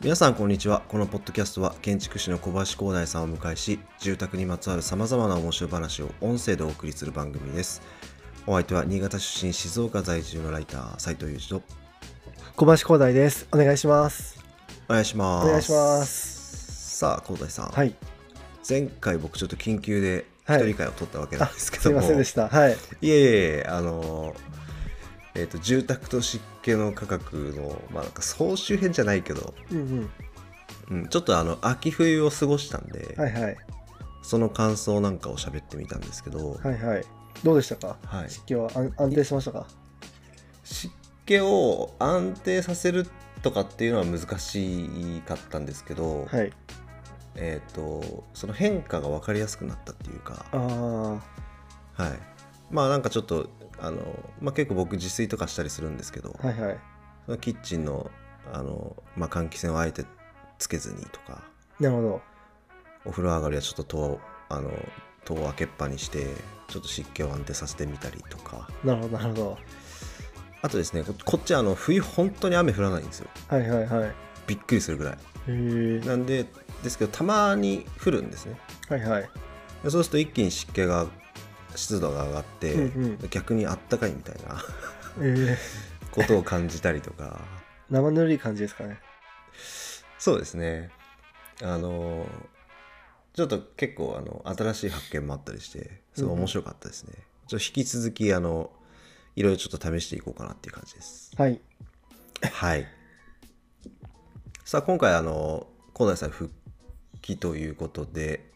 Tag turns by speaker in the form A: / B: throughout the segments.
A: 皆さんこんにちはこのポッドキャストは建築士の小林光大さんをお迎えし住宅にまつわるさまざまな面白い話を音声でお送りする番組ですお相手は新潟出身静岡在住のライター斉藤裕二と
B: 小林光大です。お願いします。
A: お願いします
B: お願いします
A: さあ光大さん、
B: はい。
A: 前回僕ちょっと緊急で一
B: はい
A: 人会を取ったわけなんですけ
B: す
A: ど
B: い
A: も、
B: ませんでした。はい。
A: いえいえあのえっ、と住宅と湿気の価格のまあなんか総集編じゃないけど、
B: うん
A: うん、ちょっとあの秋冬を過ごしたんで、
B: うん。はいはい。
A: その感想なんかを喋ってみたんですけど、
B: はいはい。どうでしたか
A: はい
B: 湿気は安安定しましたか
A: 湿気を安定させるとかっていうのは難しかったんですけど、
B: はい。
A: えっ、とその変化が分かりやすくなったっていうか、
B: ああ。
A: はい、まあなんかちょっとあの、まあ、結構僕自炊とかしたりするんですけど、
B: はいはい。
A: そのキッチンのあの、まあ、換気扇をあえてつけずにとか
B: なるほど。
A: お風呂上がりはちょっと戸をあの戸を開けっぱにしてちょっと湿気を安定させてみたりとか
B: なるほどなるほど。
A: あとですねここっちあの冬本当に雨降らないんですよ
B: はいはいはい。へ
A: びっくりするぐらい
B: え。
A: なんでですけどたまに降るんですね
B: はいはい。
A: でそうすると一気に湿気が湿度が上がって、
B: うんうん
A: 逆にあったかいみたいな
B: ええ。
A: ことを感じたりとか
B: 生ぬるい感じですかね。
A: そうですねあのちょっと結構あの新しい発見もあったりしてすごい面白かったですね、ちょっと引き続きあのいろいろちょっと試していこうかなっていう感じです
B: はい。
A: はいさあ今回あの高大さん復帰ということで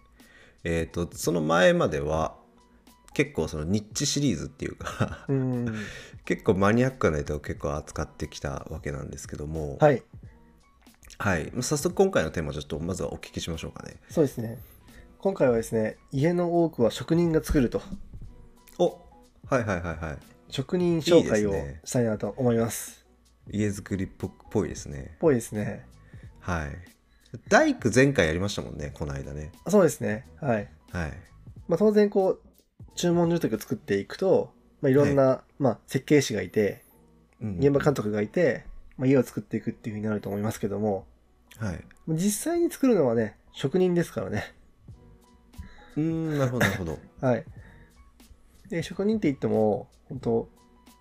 A: えっ、とその前までは結構そのニッチシリーズっていうか
B: うん。
A: 結構マニアックなネタを結構扱ってきたわけなんですけども
B: はい。
A: はい、早速今回のテーマちょっとまずはお聞きしましょうかね
B: そうですね。今回はですね、家の多くは職人が作ると。
A: おはいはいはいはい
B: 職人紹
A: い
B: 介
A: い
B: を
A: ですね
B: したいなと思います。
A: 家づくりっぽぽいですね
B: ぽいですね。
A: はい大工前回やりましたもんねこの間ね
B: あそうですね。はい。
A: はい
B: まあ、当然こう注文住宅を作っていくと、まあ、いろんな、まあ、設計士がいて
A: うん
B: 現場監督がいて、まあ、家を作っていくっていうふうになると思いますけども
A: はい
B: 実際に作るのはね職人ですからね
A: うーんなるほどなる ほど
B: はいで職人って言っても本当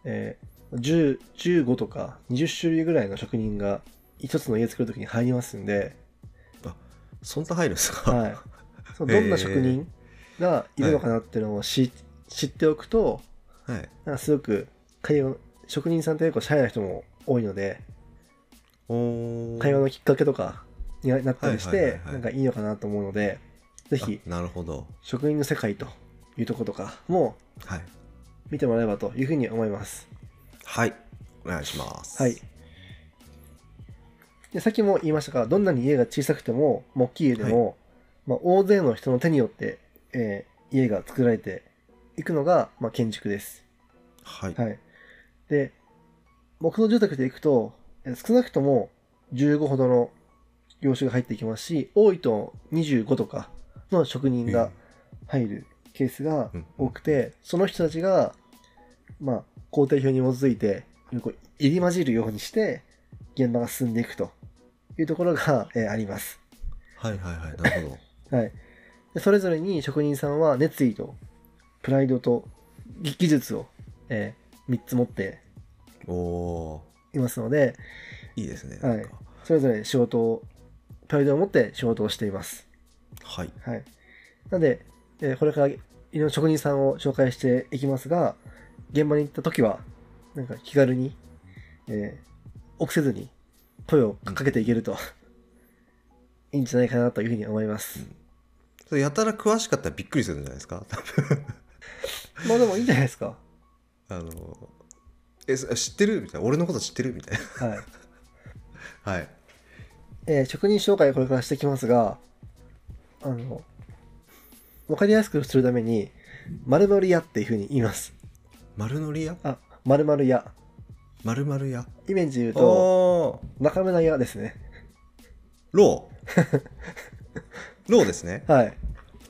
B: えー10 15とか20種類ぐらいの職人が一つの家作るときに入りますんで、
A: そんな入るんですか、
B: はい、そのどんな職人がいるのかなっていうのをし、知っておくと
A: はい、
B: なんかすごく会話職人さんって結構シャイな人も多いので
A: お
B: 会話のきっかけとかになったりし
A: はいはい
B: て
A: はいはい
B: なんかいいのかなと思うのでぜ
A: あ
B: ひ
A: なるほど
B: 職人の世界というとことかも
A: はい
B: 見てもらえばというふうに思います
A: はいお願いします
B: はいでさっきも言いましたがどんなに家が小さくてもまあ大きい家でも、まあ、大勢の人の手によって、えー家が作られていくのが、まあ、建築です
A: はい
B: はい。で、木造住宅で行くと、え少なくとも15ほどの業種が入ってきますし、多いと25とかの職人が入るケースが多くて、その人たちが、まあ、工程表に基づいて、こう入り混じるようにして、現場が進んでいくというところが、えーあります。
A: はいはいはいなるほど
B: はい、でそれぞれに職人さんは熱意とプライドと技技術を、え3つ持って
A: お お
B: いますので
A: ーいいですね
B: はい
A: なんか
B: それぞれ仕事をプライドを持って仕事をしています、
A: はい
B: はい、なので、えーこれからいろんな職人さんを紹介していきますが現場に行った時はなんか気軽に、えー臆せずに声をかけていけると、 いいんじゃないかなというふうに思います、
A: それやたら詳しかったらびっくりするんじゃないですか
B: まあでもいいんじゃないですか
A: あのえそ知ってるみたいな俺のこと知ってるみたい
B: はい
A: な はい
B: えー職人紹介をこれからしていきますが、あの、わかりやすくするために、丸々屋っていうふうに言います。
A: 丸のり屋
B: あ、丸々屋。
A: 丸々屋
B: イメージで言うと、
A: おー
B: 中村屋ですね。
A: ローローですね
B: はい。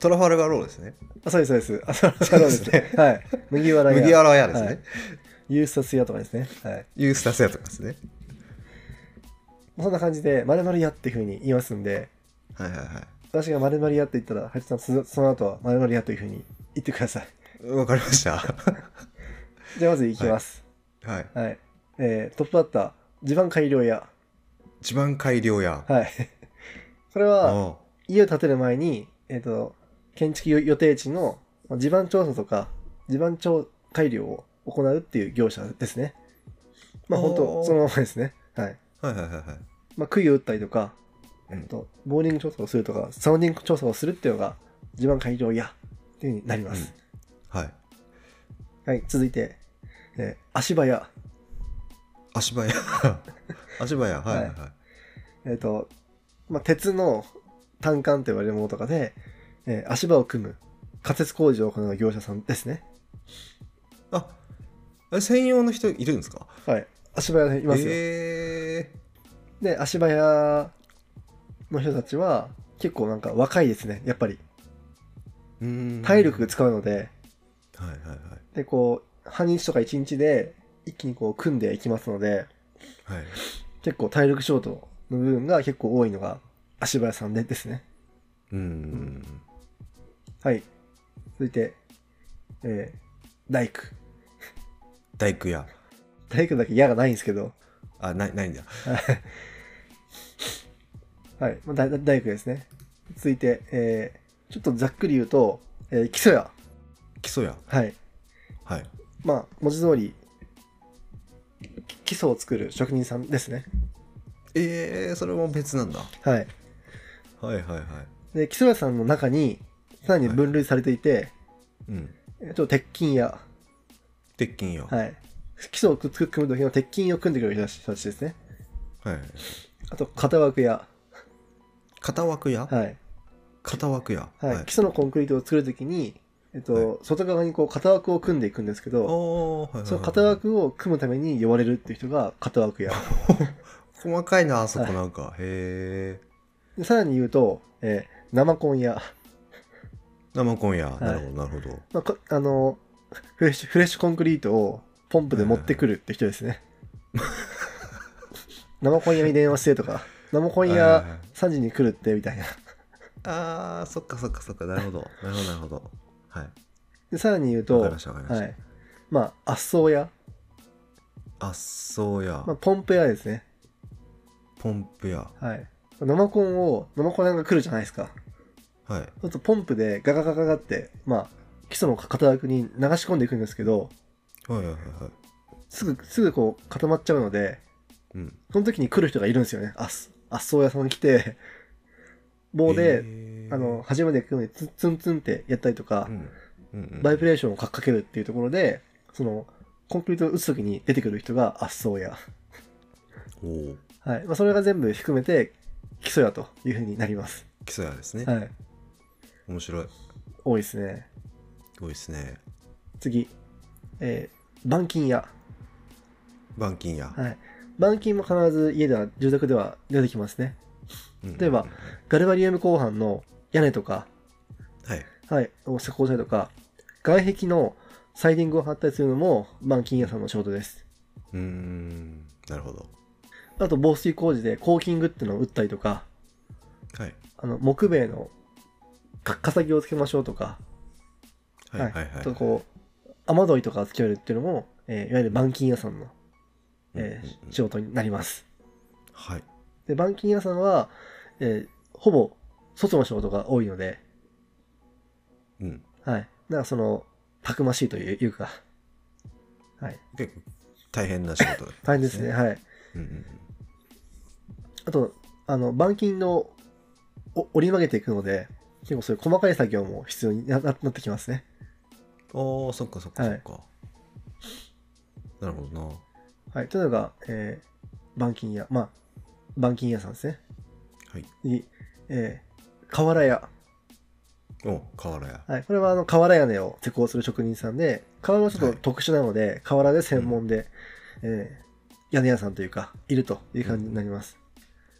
A: トラファルガーローですね。
B: あ、そうです、そうです。あ、そうそうです
A: そうで
B: ね。はい。麦わら屋。
A: 麦わら屋ですね。
B: はいユースタス屋とかですね。はい。
A: ユースタス屋とかですね。
B: そんな感じで、まるまる屋っていうふうに言いますんで、
A: はいはいは
B: 私がまるまる屋って言ったら、林さん、そその後はまるまる屋というふうに言ってください。
A: い。わかりました。
B: じゃあまず行きます。
A: はい。
B: はい。えー、トップバッター、地盤改良屋。
A: 地盤改良屋。
B: はい。 これは、
A: あ
B: 家を建てる前に、えっ、と、建築予定地のまあ地盤調査とか、地盤調改良を行うっていう業者ですね。まあ本
A: お
B: 当
A: ー
B: そのままですね。はい。
A: あはいはいはいはい。
B: まあ、杭を打ったりとか、
A: う
B: え
A: ん
B: っと、ボーリング調査をするとか、サウンディング調査をするっていうのが、地盤改良や、っていうふうになります。
A: はい。
B: はい、続いて、えー足場や、
A: 足場屋。 足場屋。はいはいはい。
B: えっ、と、まあ、鉄の単管と言われるものとかで、えー足場を組む、仮設工事を行う業者さんですね。
A: あ、あれ専用の人いるんですか
B: はい、足場屋いますよ。
A: え
B: で、足場屋の人たちは、結構なんか若いですね、やっぱり。
A: ーうーん
B: 体力使うので、
A: はいはいはい。
B: で、こう、半日とか一日で、一気にこう、組んでいきますので、
A: はい、
B: 結構体力ショートの部分が結構多いのが足早さんでですね。
A: うーん。
B: はい。続いて、えー、大工。
A: 大工屋。
B: 大工だけ矢がないんですけど、
A: あ、ない、ないんだ。
B: はい。まあ、大大工ですね。続いて、えー、ちょっとざっくり言うと、えー、基礎屋。
A: 基礎屋。
B: はい。
A: はい。
B: まあ、文字通り、き基礎を作る職人さんですね。
A: えー、それも別なんだ。
B: はい。
A: はいはいはい。
B: で、基礎屋さんの中に、さらに分類されていて、
A: うん。
B: えーちょっと鉄筋屋。
A: 鉄筋屋。はい。
B: はい。基礎をくつ組む時の鉄筋を組んでくれる人たちですね。あと、型枠屋。
A: 型枠屋、
B: はい。
A: 型枠屋。
B: はい。基礎のコンクリートを作るときに、えっと、
A: は
B: 外側にこう、型枠を組んでいくんですけど、
A: おーはいはいはい
B: その型枠を組むために呼ばれるっていう人が型枠屋。
A: 細かいな、あそこなんか。へえ。
B: でさらに言うと、えー生コン屋。
A: 生コン屋。
B: い
A: なるほど、なるほど。
B: まあこ、あの、フレッシュ、フレッシュコンクリートをポンプで持ってくるって人ですね。 生コン屋に電話してとか、生コン
A: はいはいは
B: 屋
A: い
B: 3時に来るってみたいな。
A: あー、そっかそっかそっか。なるほど。なるほど、なるほど。はい。
B: で、さらに言う
A: わ
B: と、
A: かり
B: は
A: ました、わかりました。
B: い。まあ、圧送屋。
A: あそうや、
B: まあ、ポンプ屋ですね。
A: ポンプや
B: はい。生コンを、生コン屋が来るじゃないですか。
A: はい
B: ちょっとポンプでガガガガガって、まあ、基礎の型枠に流し込んでいくんですけど、
A: はいはいはいはい
B: すぐ、すぐこう固まっちゃうので、
A: うん
B: その時に来る人がいるんですよね。あっ、あっそう屋さん来て、棒で、
A: へー
B: あの、端まで行くのにツンツンツンってやったりとか
A: う、んうんうん
B: バイブレーションをかかけるっていうところで、その、コンクリートを打つ時に出てくる人があっそう屋。
A: おお
B: はい。まあ、それが全部含めて、基礎屋というふうになります。
A: 基礎やですね、
B: はい。
A: 面白い
B: 多いですね。
A: 多いですね
B: 次、えー、板金屋。
A: 板金や、
B: はい。板金も必ず家では、住宅では出てきますね。
A: うん
B: 例えばガルバリウム鋼板の屋根とか、
A: はい
B: はい、を施工したりとか、外壁のサイディングを貼ったりするのも板金屋さんの仕事です。
A: うーんなるほど
B: あと防水工事でコーキングってのを打ったりとか、
A: はい
B: あの、木米のか、かさぎをつけましょうとか、
A: はいはいはい、
B: あとこう、雨どいとかをつけるっていうのも、えーいわゆる板金屋さんの、えー
A: うんうんうん
B: 仕事になります。
A: はい
B: で、板金屋さんは、えーほぼ外の仕事が多いので、
A: うん
B: はい。なんかその、たくましいといういうか、はい。
A: 結構大変な仕事だ
B: 大変ですね、はい。
A: うんうんうん
B: あと、あの、板金のお折り曲げていくので、結構そういう細かい作業も必要になななってきますね。
A: おーそっかそっかそっか、なるほどな
B: はい。というのが、えー、板金屋、まあ、板金屋さんですね。
A: はい
B: 次、えー、瓦屋。
A: お瓦屋
B: はい。これは、あの、瓦屋根を施工する職人さんで、瓦はちょっと特殊なので、瓦で専門で、えー、屋根屋さんというか、いるという感じになります。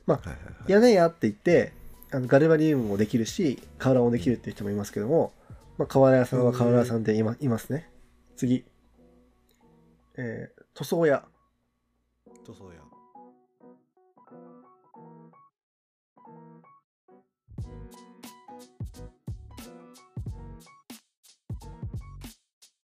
A: はいはいはい
B: 屋根屋って言って、あのガルバリウムもできるし、瓦もできるっていう人もいますけども、まあ、瓦屋さんは瓦屋さんでいまいますね。次。えー塗装屋。
A: 塗装屋。